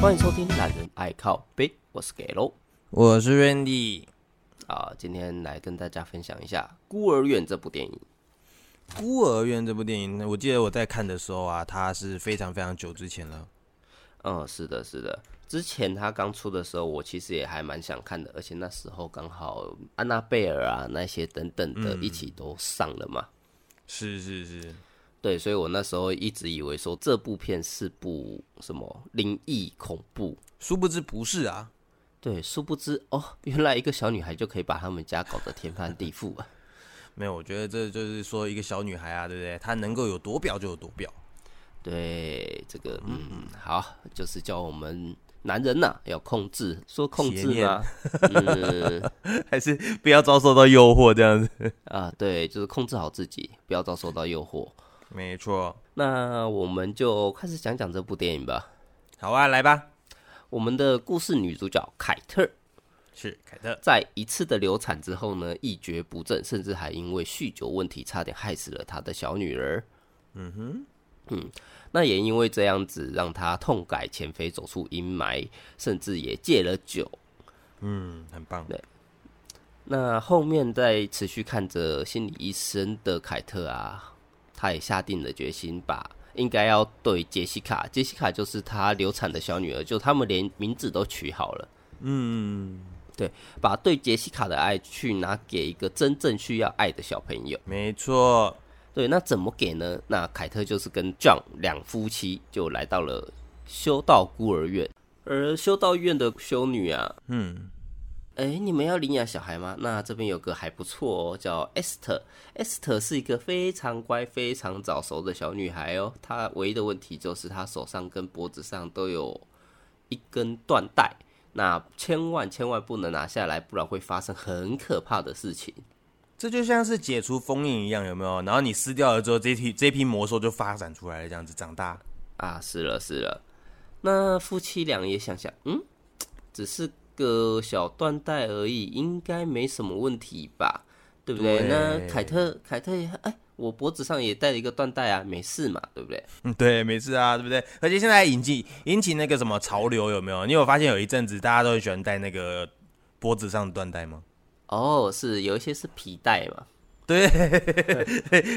欢迎收听《懒人爱靠背》，我是给喽我是 Randy。啊，今天来跟大家分享一下《孤儿院》这部电影。 《孤儿院》这部电影，我记得我在看的时候啊，它是非常非常久之前了。嗯，是的，是的。之前它刚出的时候，我其实也还蛮想看的，而且那时候刚好安娜贝尔啊那些等等的一起都上了嘛。是是是，对，所以我那时候一直以为说这部片是部什么灵异恐怖，殊不知不是啊。对，殊不知哦，原来一个小女孩就可以把他们家搞得天翻地覆啊！没有，我觉得这就是说一个小女孩啊，对不对？她能够有多婊就有多婊。对，这个嗯，好，就是叫我们男人呐、要控制，说控制邪吗念？ 嗯 还是不要遭受到诱惑这样子。啊，对，就是控制好自己，不要遭受到诱惑。没错，那我们就开始讲讲这部电影吧。好啊，来吧。我们的故事女主角凯特，是凯特，在一次的流产之后呢，一蹶不振，甚至还因为酗酒问题差点害死了她的小女儿。嗯哼，嗯，那也因为这样子，让她痛改前非，走出阴霾，甚至也戒了酒。嗯，很棒。那后面在持续看着心理医生的凯特啊，他也下定了决心，把应该要对杰西卡，杰西卡就是她流产的小女儿，就他们连名字都取好了。嗯，把对杰西卡的爱去拿给一个真正需要爱的小朋友。没错，对，那怎么给呢？那凯特就是跟 John 两夫妻就来到了修道孤儿院，而修道院的修女啊，嗯，哎，你们要领养小孩吗？那这边有个还不错哦，叫 Esther，Esther 是一个非常乖、非常早熟的小女孩哦。她唯一的问题就是她手上跟脖子上都有一根缎带，那千万千万不能拿下来，不然会发生很可怕的事情。这就像是解除封印一样，有没有？然后你撕掉了之后，这批这批魔兽就发展出来了，这样子长大。啊，是了是了，那夫妻俩也想想，嗯，只是个小缎带而已，应该没什么问题吧，对不对？对那凯特凯特也，哎，我脖子上也带了一个缎带啊，没事嘛，对不对？ 嗯，对，没事啊，对不对？而且现在引进引起那个什么潮流有没有？你有发现有一阵子大家都很喜欢戴那个脖子上的缎带吗？ 哦，是有一些是皮带嘛，对，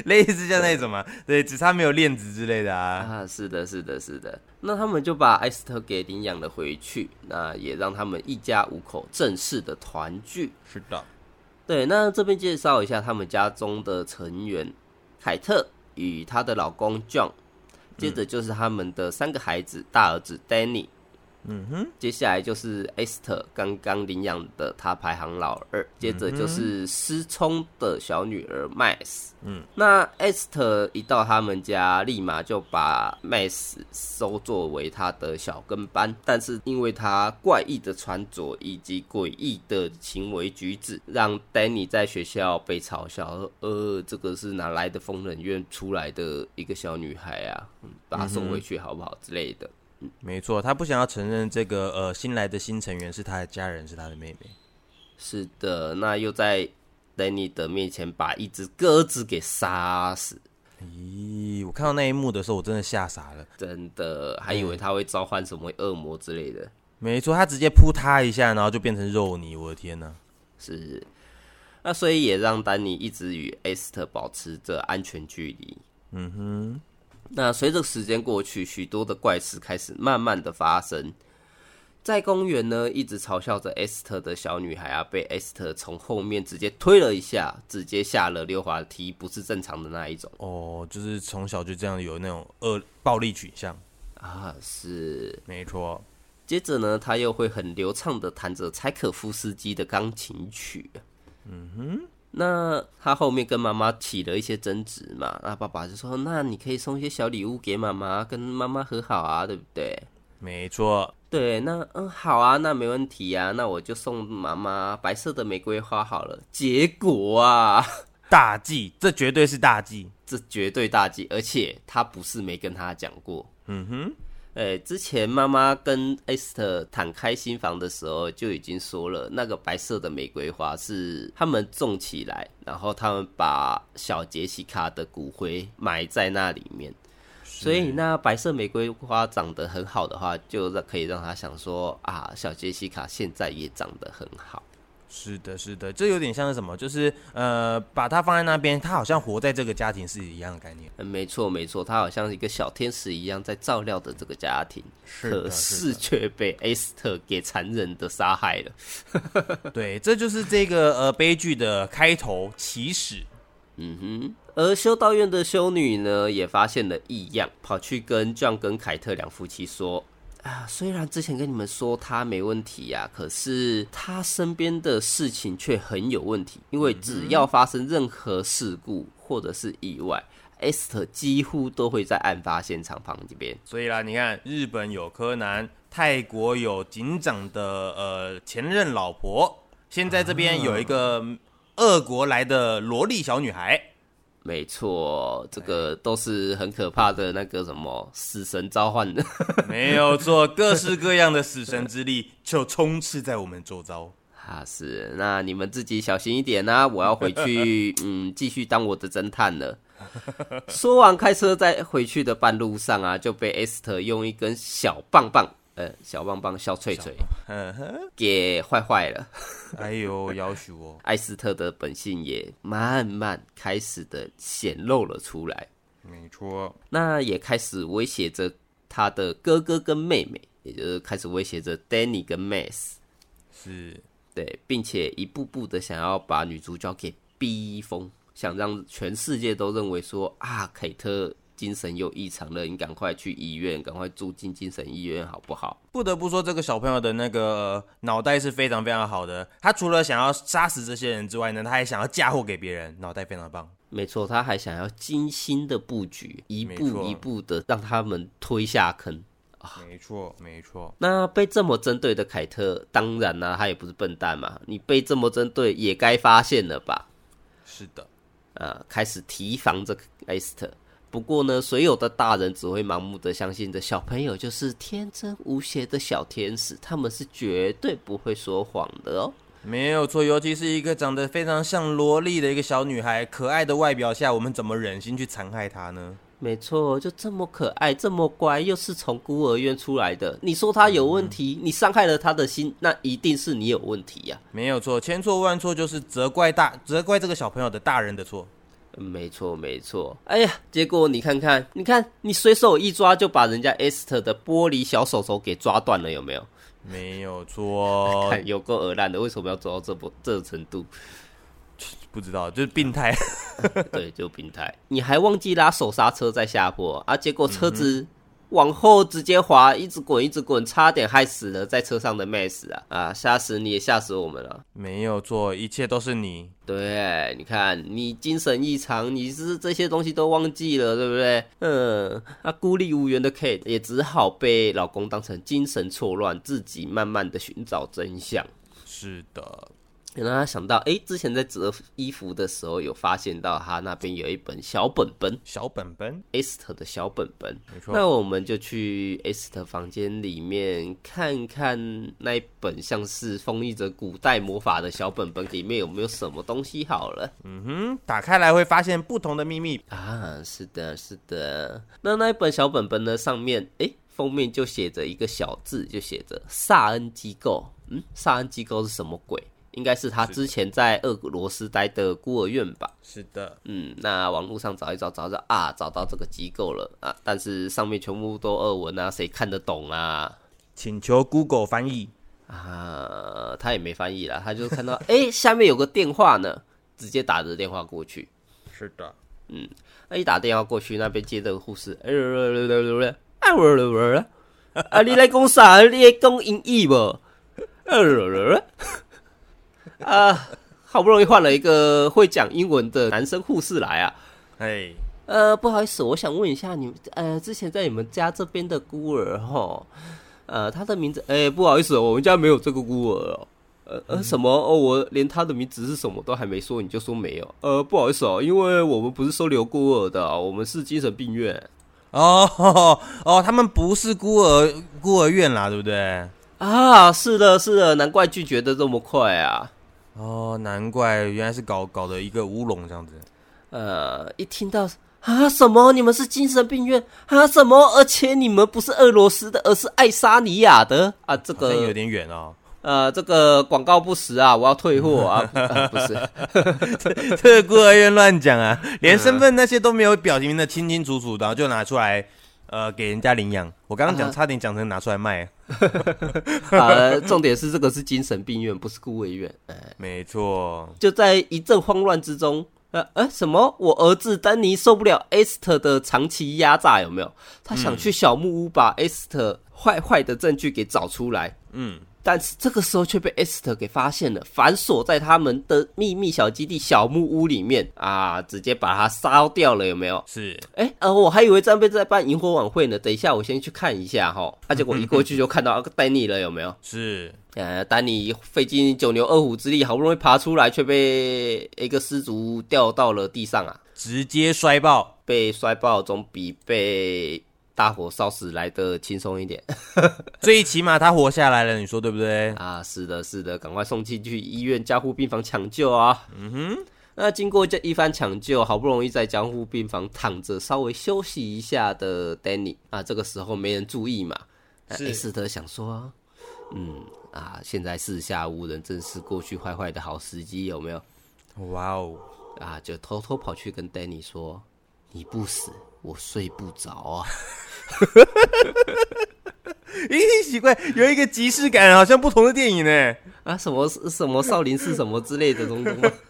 类似像那种嘛，对，只差没有链子之类的啊。啊，是的，是的，是的。那他们就把艾斯特给领养了回去，那也让他们一家五口正式的团聚。是的，对，那这边介绍一下他们家中的成员：凯特与她的老公嗯 John，接着就是他们的三个孩子，大儿子 Danny，嗯哼，接下来就是 Esther 刚刚领养的她排行老二，接着嗯就是失聪的小女儿 Max。嗯，那 Esther 一到他们家，立马就把 Max 收作为她的小跟班，但是因为她怪异的穿着以及诡异的行为举止，让 Danny 在学校被嘲笑，呃，这个是哪来的疯人院出来的一个小女孩啊？嗯把她送回去好不好之类的。没错，他不想要承认这个呃新来的新成员是他的家人，是他的妹妹。是的，那又在 Danny 的面前把一只鸽子给杀死，咦，我看到那一幕的时候，我真的吓傻了。真的还以为他会召唤什么恶魔之类的。没错，他直接扑他一下，然后就变成肉泥，我的天呐！是，那所以也让丹尼一直与 Esther 保持着安全距离。嗯哼，那随着时间过去，许多的怪事开始慢慢的发生。在公园呢，一直嘲笑着 Esther 的小女孩啊，被 Esther 从后面直接推了一下，直接下了溜滑梯，不是正常的那一种。哦，就是从小就这样有那种恶暴力取向。啊，是没错，接着呢，他又会很流畅的弹着柴可夫斯基的钢琴曲。嗯哼，那他后面跟妈妈起了一些争执嘛，那爸爸就说：“那你可以送一些小礼物给妈妈，跟妈妈和好啊，对不对？”没错，对，那嗯好啊，那没问题啊，那我就送妈妈白色的玫瑰花好了。结果啊，大忌，这绝对是大忌。这绝对大忌，而且他不是没跟他讲过，嗯哼，哎，之前妈妈跟 Esther 敞开心房的时候就已经说了，那个白色的玫瑰花是他们种起来，然后他们把小杰西卡的骨灰埋在那里面。所以那白色玫瑰花长得很好的话，就让可以让他想说啊，小杰西卡现在也长得很好。是的，是的，这有点像是什么？就是呃，把它放在那边，它好像活在这个家庭是一样的概念。嗯，没错没错，他好像一个小天使一样在照料着这个家庭，是可的，是是却被 e s t e 给残忍的杀害了。的，对，这就是这个呃悲剧的开头起始。嗯哼，而修道院的修女呢，也发现了异样，跑去跟 John 跟凯特两夫妻说。啊，虽然之前跟你们说他没问题呀、可是他身边的事情却很有问题，因为只要发生任何事故或者是意外，Esther 几乎都会在案发现场旁边。所以啦，你看，日本有柯南，泰国有警长的呃前任老婆，现在这边有一个俄国来的萝莉小女孩。没错，这个都是很可怕的那个什么死神召唤的。没有错，各式各样的死神之力就充斥在我们周遭。啊，是，那你们自己小心一点啦、我要回去，嗯，继续当我的侦探了。说完，开车在回去的半路上啊，就被 Esther 用一根小棒棒，呃，小棒棒、小脆脆嗯哼，给坏坏了。 哎呦，要求哦，艾斯特的本性也慢慢开始的显露了出来，没错，那也开始威胁着他的哥哥跟妹妹，也就是开始威胁着 Danny 跟 Max。是对，并且一步步的想要把女主角给逼疯，想让全世界都认为说啊，凯特精神有异常了，你赶快去医院，赶快住进精神医院好不好？不得不说，这个小朋友的那个呃脑袋是非常非常好的。他除了想要杀死这些人之外呢，他还想要嫁祸给别人，脑袋非常棒。没错，他还想要精心的布局，一没步错一步的让他们推下坑。没错，没错，那被这么针对的凯特，当然啦、他也不是笨蛋嘛，你被这么针对也该发现了吧？是的，呃，开始提防这个 Esther。不过呢，所有的大人只会盲目的相信着小朋友就是天真无邪的小天使，他们是绝对不会说谎的哦。没有错。尤其是一个长得非常像萝莉的一个小女孩，可爱的外表下，我们怎么忍心去残害她呢？没错，就这么可爱，这么乖，又是从孤儿院出来的。你说他有问题，你伤害了他的心，那一定是你有问题呀、没有错，千错万错就是责怪大责怪这个小朋友的大人的 错。没错，没错。哎呀，结果你看看，你看，你随手一抓就把人家 Esther 的玻璃小手手给抓断了，有没有？没有错，看有够恶烂的，为什么要做到这不这种程度？不知道就是病态。 对，就平台，你还忘记拉手刹车在下坡啊，结果车子往后直接滑，一直滚，一直滚，差点害死了在车上的 Max 啊啊，吓死你也吓死我们了。没有错，一切都是你。对，你看你精神异常，你是这些东西都忘记了，对不对？嗯，那、孤立无援的 Kate 也只好被老公当成精神错乱，自己慢慢的寻找真相。是的，也让他想到，诶，之前在折衣服的时候有发现到他那边有一本小本本小本本， ，Esther 的小本本。没错。那我们就去 Esther 房间里面看看那一本像是封印着古代魔法的小本本里面有没有什么东西好了。嗯，打开来会发现不同的秘密。啊，是的，是的。那那一本小本本呢，上面诶封面就写着一个小字，就写着萨恩机构。嗯，萨恩机构是什么鬼？应该是他之前在俄罗斯待的孤儿院吧？是的，嗯，那网络上找一找，找一找啊，找到这个机构了啊，但是上面全部都俄文啊，谁看得懂啊？请求 Google 翻译。啊，他也没翻译啦，他就看到 诶，下面有个电话呢，直接打着电话过去。是的，那一打电话过去，那边接着护士， 哎呦呦呦呦呦呦，哎呦呦呦呦，啊，你来讲啥？你来讲英语不？哎呦呦呦呦， 啊，好不容易换了一个会讲英文的男生护士来啊。哎，呃，不好意思，我想问一下你们，呃，之前在你们家这边的孤儿哈，呃，他的名字，哎、不好意思哦，我们家没有这个孤儿哦。呃呃，什么？哦，我连他的名字是什么都还没说，你就说没有？呃，不好意思哦，因为我们不是收留孤儿的哦，我们是精神病院哦哦，他们不是孤儿孤儿院啦，对不对？啊。是的，是的，难怪拒绝的这么快啊。哦，难怪原来是搞搞的一个乌龙这样子。呃，一听到啊，啊什么？你们是精神病院啊什么？而且你们不是俄罗斯的，而是爱沙尼亚的啊！这好个像有点远 哦，呃，这个广告不实啊，我要退货啊！啊不是，这个孤儿院乱讲啊，连身份那些都没有表明的清清楚楚的，然后就拿出来呃给人家领养。我刚刚讲啊差点讲成拿出来卖，啊呃，重点是这个是精神病院，不是孤儿院。没错，就在一阵慌乱之中，呃呃，什么？我儿子丹尼受不了 Esther 的长期压榨，有没有？他想去小木屋把 Esther 坏坏的证据给找出来，嗯，但是这个时候却被 Esther 给发现了，反锁在他们的秘密小基地小木屋里面啊，直接把他烧掉了，有没有？是哎，呃，我还以为战备在办萤火晚会呢，等一下我先去看一下哈。啊，结果一过去就看 到丹尼了，有没有？是，呃，丹尼费尽九牛二虎之力，好不容易爬出来，却被一个失足掉到了地上啊！直接摔爆，被摔爆总比被大火烧死来的轻松一点最起码他活下来了，你说对不对？啊！是的，是的，赶快送进去医院加护病房抢救啊！嗯哼。那经过这一番抢救，好不容易在加护病房躺着稍微休息一下的丹尼啊，这个时候没人注意嘛，那是艾斯特想说、啊，嗯啊，现在四下无人，正是过去坏坏的好时机，有没有？哇哦，啊，就偷偷跑去跟 Danny 说：“你不死，我睡不着啊。咦，奇怪，有一个即视感，好像不同的电影呢。”啊，什么什么少林寺什么之类的东东吗？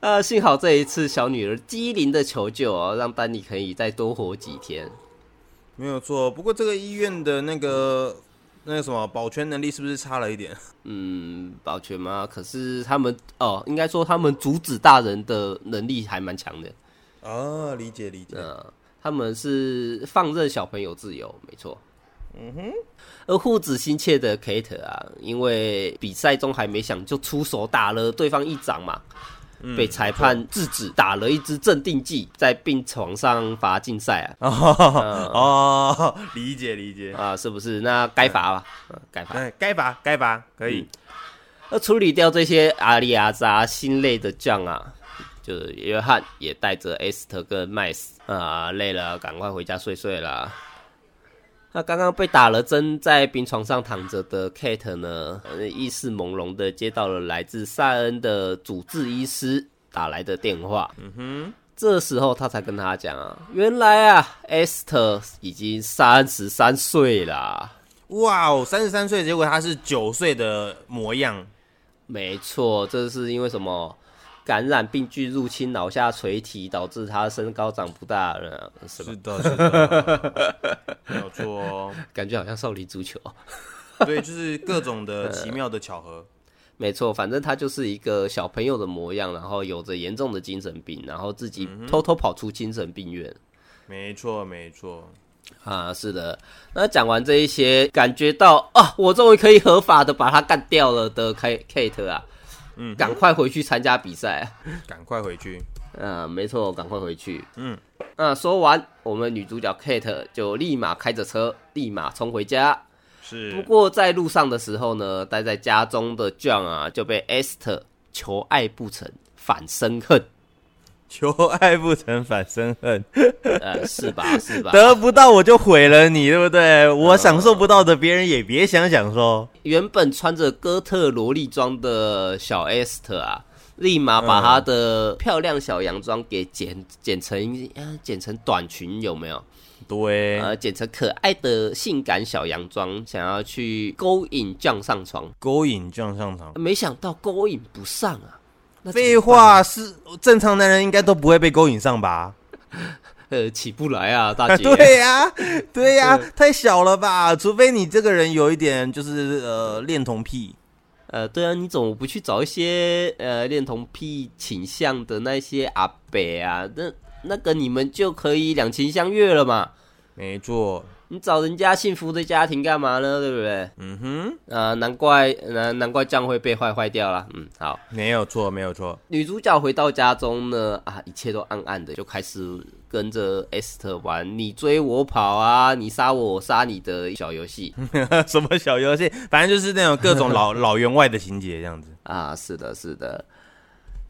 啊，幸好这一次小女儿机灵的求救哦，让丹尼可以再多活几天。没有错，不过这个医院的那个那个什么保全能力是不是差了一 点？嗯，保全吗？可是他们哦，应该说他们阻止大人的能力还蛮强的。啊，理解理解，呃，他们是放任小朋友自由，没错。嗯哼。而护子心切的 Kate 啊，因为比赛中还没响就出手打了对方一掌嘛，被裁判制止，打了一支镇定剂，在病床上罚禁赛啊。哦哦，理解理解，啊，是不是？那该罚吧，嗯该罚。哎，该罚该罚，可以，那处理掉这些阿里阿扎心累的将啊，就是约翰也带着艾斯特跟麦斯啊，累了，赶快回家睡睡啦。那刚刚被打了针，在病床上躺着的 Kate 呢，呃意识朦胧的接到了来自塞恩的主治医师打来的电话。嗯哼，这时候他才跟他讲啊，原来啊，艾斯特已经三十三岁啦。哇哦，三十三岁，结果他是九岁的模样，没错，这是因为什么？感染病菌入侵脑下垂体，导致他身高长不大了，是吧？的，是的， 没有错哦，感觉好像少林足球。 对，就是各种的奇妙的巧合，没错，反正他就是一个小朋友的模样，然后有着严重的精神病，然后自己偷偷跑出精神病院。没错没错，啊，是的。那讲完这一些，感觉到啊，我终于可以合法的把他干掉了的 K Kate 啊，嗯赶快回去参加比赛啊。赶快回去，嗯、没错，赶快回去。嗯，那说完，我们女主角 Kate 就立马开着车，立马冲回家。不是，过在路上的时候呢，待在家中的 John 啊就被 Esther 求爱不成，反生恨。求爱不成反生恨，呃，是吧？是吧？得不到我就毁了你，对不对？我享受不到的，别人也别想享受。原本穿着哥特萝莉装的小 Esther 啊，立马把她的漂亮小洋装给剪剪成啊剪成短裙，有没有？对，呃，剪成可爱的性感小洋装，想要去勾引 John 上床。勾引这样上场，没想到勾引不上啊！那怎么废话是正常男人应该都不会被勾引上吧？办，呃，起不来啊，大姐。 对呀、对呀、太小了吧？除非你这个人有一点就是呃恋童癖，呃，对啊，你怎么不去找一些呃恋童癖倾向的那些阿北啊？那那个你们就可以两情相悦了嘛？没错。你找人家幸福的家庭干嘛呢？对不对？嗯哼，啊、难怪难难怪酱会被坏坏掉啦。嗯，好，没有错，没有错，女主角回到家中呢，啊，一切都暗暗的，就开始跟着 Esther 玩你追我跑啊，你杀我我杀你的小游戏。 什么小 游戏，反正就是那种各种老老员外的情节这样子。啊，是的，是的。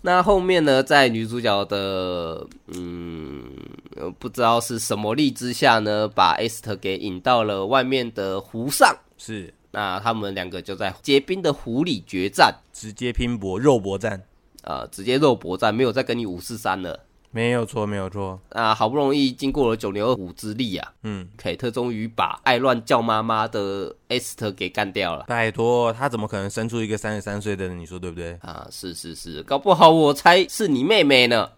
那后面呢，在女主角的嗯，呃不知道是什么力之下呢，把 Esther 给引到了外面的湖上。是那他们两个就在结冰的湖里决战，直接拼搏肉搏战，啊，直接肉搏战，没有再跟你五四三了。没有错，没有错。啊，好不容易经过了九牛二虎之力啊，嗯，凯特终于把爱乱叫妈妈的 Esther 给干掉了。？拜托，他怎么可能生出一个三十三岁的人？你说对不对 啊，是是是，搞不好我猜是你妹妹呢。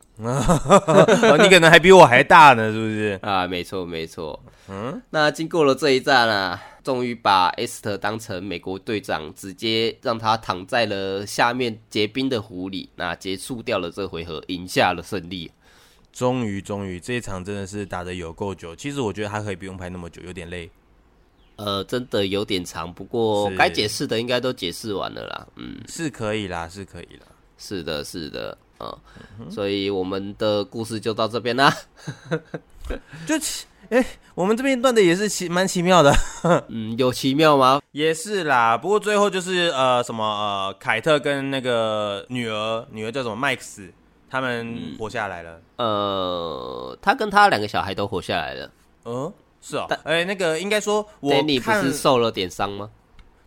哦你可能还比我还大呢，是不是？啊，没错没错。嗯，那经过了这一战啊，终于把 Esther 当成美国队长，直接让他躺在了下面结冰的湖里，那结束掉了这回合，赢下了胜利。终于，终于，这一场真的是打得有够久。其实我觉得他可以不用拍那么久，有点累。呃，真的有点长，不过是该解释的应该都解释完了啦。嗯，是可以啦，是可以啦。是的，是的，啊、所以我们的故事就到这边啦。 就奇，哎、我们这边断的也是奇蛮奇妙的，嗯，有奇妙吗？也是啦。不过最后就是呃什么呃，凯特跟那个女儿，女儿叫什么麦克斯，他们活下来了。呃，他跟他两个小孩都活下来了。嗯、是哦。哎、那个应该说我 Danny 不看是受了点伤吗？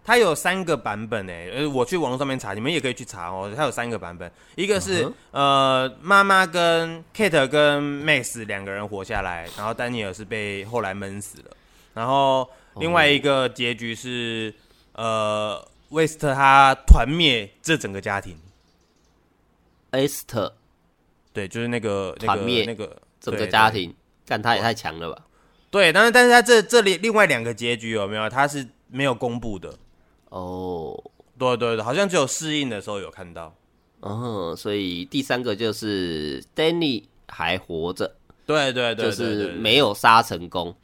它有三个版本诶、呃，我去网络上面查，你们也可以去查哦。它有三个版本，一个嗯是、呃妈妈跟 Kate 跟 Max 两个人活下来，然后丹尼尔是被后来闷死了，然后另外一个结局是、呃 West 他团灭这整个家庭， Esther 对，就是那个那团个灭那个整个对家对庭，干他也太强了吧？对，但是但是他这这里另外两个结局有没有？他是没有公布的，哦，对对对，好像只有适应的时候有看到。哦，所以第三个就是 Danny 还活着，对对对就对对是对没有杀成功，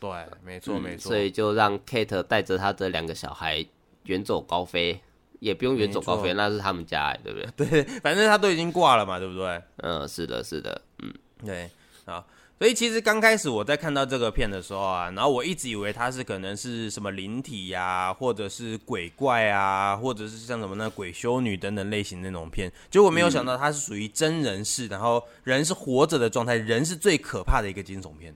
对，没错没错。所以就让 Kate 带着他的两个小孩远走高飞，也不用远走高飞，没那是他们家、欸，对不对？对， 反正他都已经挂了嘛，对不对？嗯，是的，是的，嗯对，啊，所以其实刚开始我在看到这个片的时候啊，然后我一直以为它是可能是什么灵体呀、或者是鬼怪啊，或者是像什么那鬼修女等等类型那种片，结果没有想到它是属于真人式，然后人是活着的状态，人是最可怕的一个惊悚片。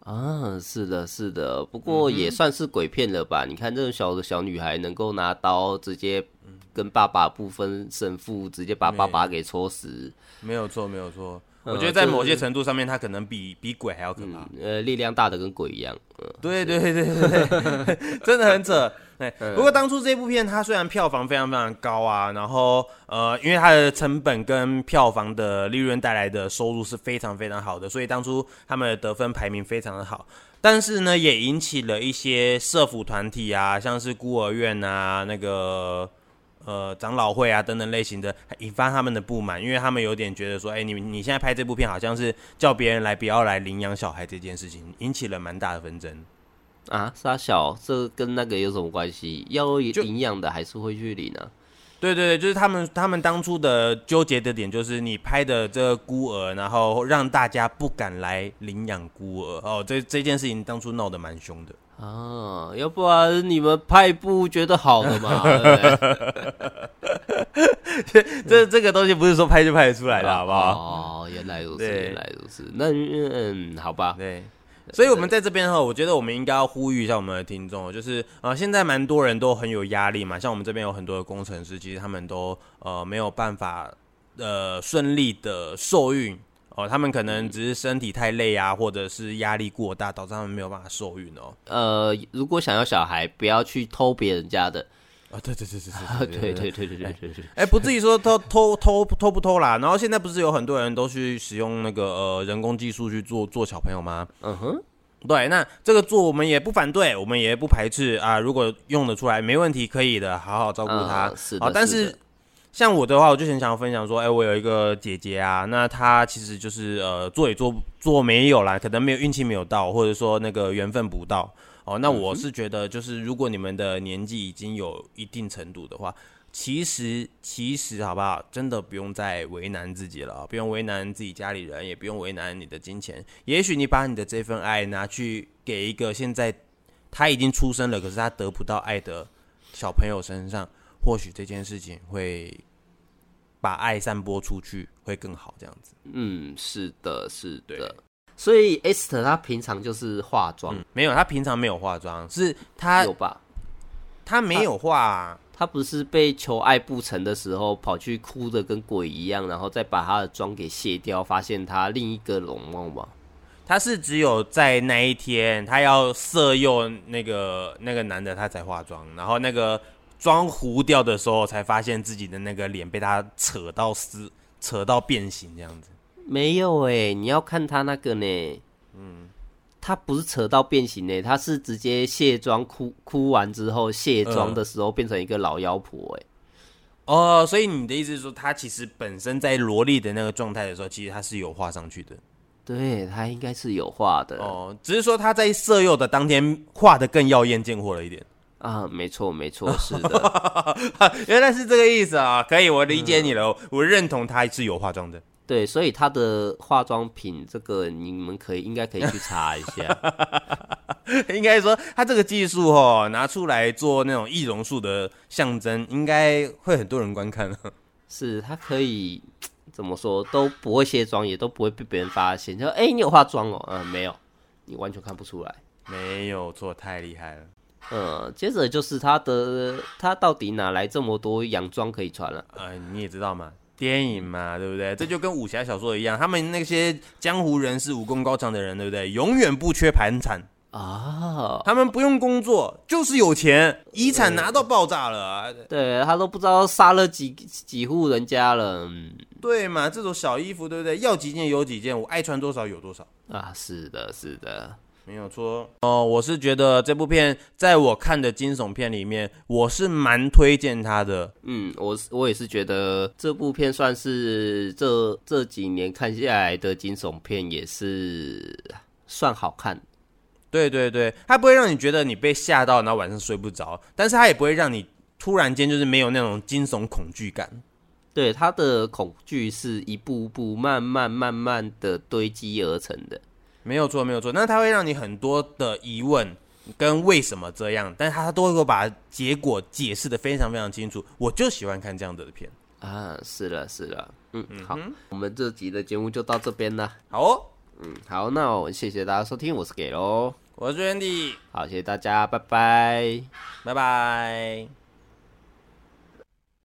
啊，是的，是的，不嗯过也算是鬼片了吧？你看这种小的小女孩能够拿刀直接跟爸爸不分胜负，直接把爸爸给戳死，没有错，没有错。呃我觉得在就是某些程度上面，它可能比比鬼还要可怕。呃，力量大的跟鬼一样。嗯对对对对对， 真的很扯。哎，不过当初这部片它虽然票房非常非常高啊，然后呃，因为它的成本跟票房的利润带来的收入是非常非常好的，所以当初他们的得分排名非常的好。但是呢，也引起了一些社服团体啊，像是孤儿院啊、那个呃长老会啊等等类型的，引发他们的不满，因为他们有点觉得说，哎、你你现在拍这部片好像是叫别人来不要来领养小孩这件事情，引起了蛮大的纷争。啊，沙小，这跟那个有什么关系？要就营养的还是会去领啊？对对对，就是他们他们当初的纠结的点，就是你拍的这个孤儿，然后让大家不敢来领养孤儿哦，这这件事情当初闹得蛮凶的。啊，要不然你们派部觉得好的 嘛？对不对这这个东西不是说拍就拍得出来的，好不好？哦，原来如此，对原来如此。那嗯，好吧，对。所以，我们在这边哈，我觉得我们应该要呼吁一下我们的听众哦，就是呃，现在蛮多人都很有压力嘛，像我们这边有很多的工程师，其实他们都呃没有办法呃顺利的受孕哦、他们可能只是身体太累啊，或者是压力过大，导致他们没有办法受孕哦。呃，如果想要小孩，不要去偷别人家的。啊，对对对 对啊， 对对对对对对对。哎、不至于说偷偷偷偷不偷啦。然后现在不是有很多人都去使用那个呃人工技术去做做小朋友吗？嗯哼，对，那这个做我们也不反对，我们也不排斥啊。如果用得出来，没问题，可以的，好好照顾他。啊是的好，但是的是像我的话，我就很想分享说，哎、我有一个姐姐啊，那她其实就是呃，做也做做没有啦，可能没有运气没有到，或者说那个缘分不到。哦，那我是觉得，就是如果你们的年纪已经有一定程度的话，其实其实好不好，真的不用再为难自己了啊，不用为难自己家里人，也不用为难你的金钱。也许你把你的这份爱拿去给一个现在他已经出生了，可是他得不到爱的小朋友身上，或许这件事情会把爱散播出去会更好，这样子。嗯，是的，是对的。所以 Esther 她平常就是化妆，嗯，没有，他平常没有化妆，是他有吧？他没有化、她不是被求爱不成的时候，跑去哭的跟鬼一样，然后再把她的妆给卸掉，发现她另一个容貌吗？他是只有在那一天，他要色诱那个那个男的，他才化妆，然后那个妆糊掉的时候，才发现自己的那个脸被他扯到撕，扯到变形这样子。没有哎、你要看她那个呢，嗯，她不是扯到变形呢、欸她是直接卸妆哭哭完之后卸嗯妆的时候变成一个老妖婆哎、哦，所以你的意思是说，他其实本身在萝莉的那个状态的时候，其实他是有画上去的。对她应该是有画的哦，只是说他在色诱的当天画的更耀眼见火了一点。啊，没错没错，是的，原来是这个意思啊，可以，我理解你了，我认同他是有化妆的。 对，所以她的化妆品这个你们可以应该可以去查一下。应该说，他这个技术哦，拿出来做那种易容术的象征，应该会很多人观看啊。是他可以怎么说都不会卸妆，也都不会被别人发现。就哎、诶你有化妆哦？嗯，没有，你完全看不出来。没有错，太厉害了。嗯，接着就是他的，他到底哪来这么多洋装可以穿了、呃，你也知道嘛，电影嘛，对不对？这就跟武侠小说一样，他们那些江湖人士、武功高强的人，对不对？永远不缺盘缠，啊？他们不用工作，就是有钱，遗产拿到爆炸了、啊。对他都不知道杀了几几户人家了。嗯对嘛，这种小衣服，对不对？要几件有几件，我爱穿多少有多少。啊，是的，是的，没有错哦，我是觉得这部片在我看的惊悚片里面，我是蛮推荐它的。嗯，我是我也是觉得这部片算是这这几年看下来的惊悚片，也是算好看。对对对，它不会让你觉得你被吓到，然后晚上睡不着，但是它也不会让你突然间就是没有那种惊悚恐惧感。对，他的恐惧是一步步、慢慢、慢慢的堆积而成的。没有错，没有错。那它会让你很多的疑问跟为什么这样，但是它都会把结果解释的非常非常清楚。我就喜欢看这样的片。啊，是了，是了，嗯，好，我们这集的节目就到这边啦。好哦，嗯，好，那我们谢谢大家收听，我是给喽，我是 Andy，好，谢谢大家，拜拜。拜拜。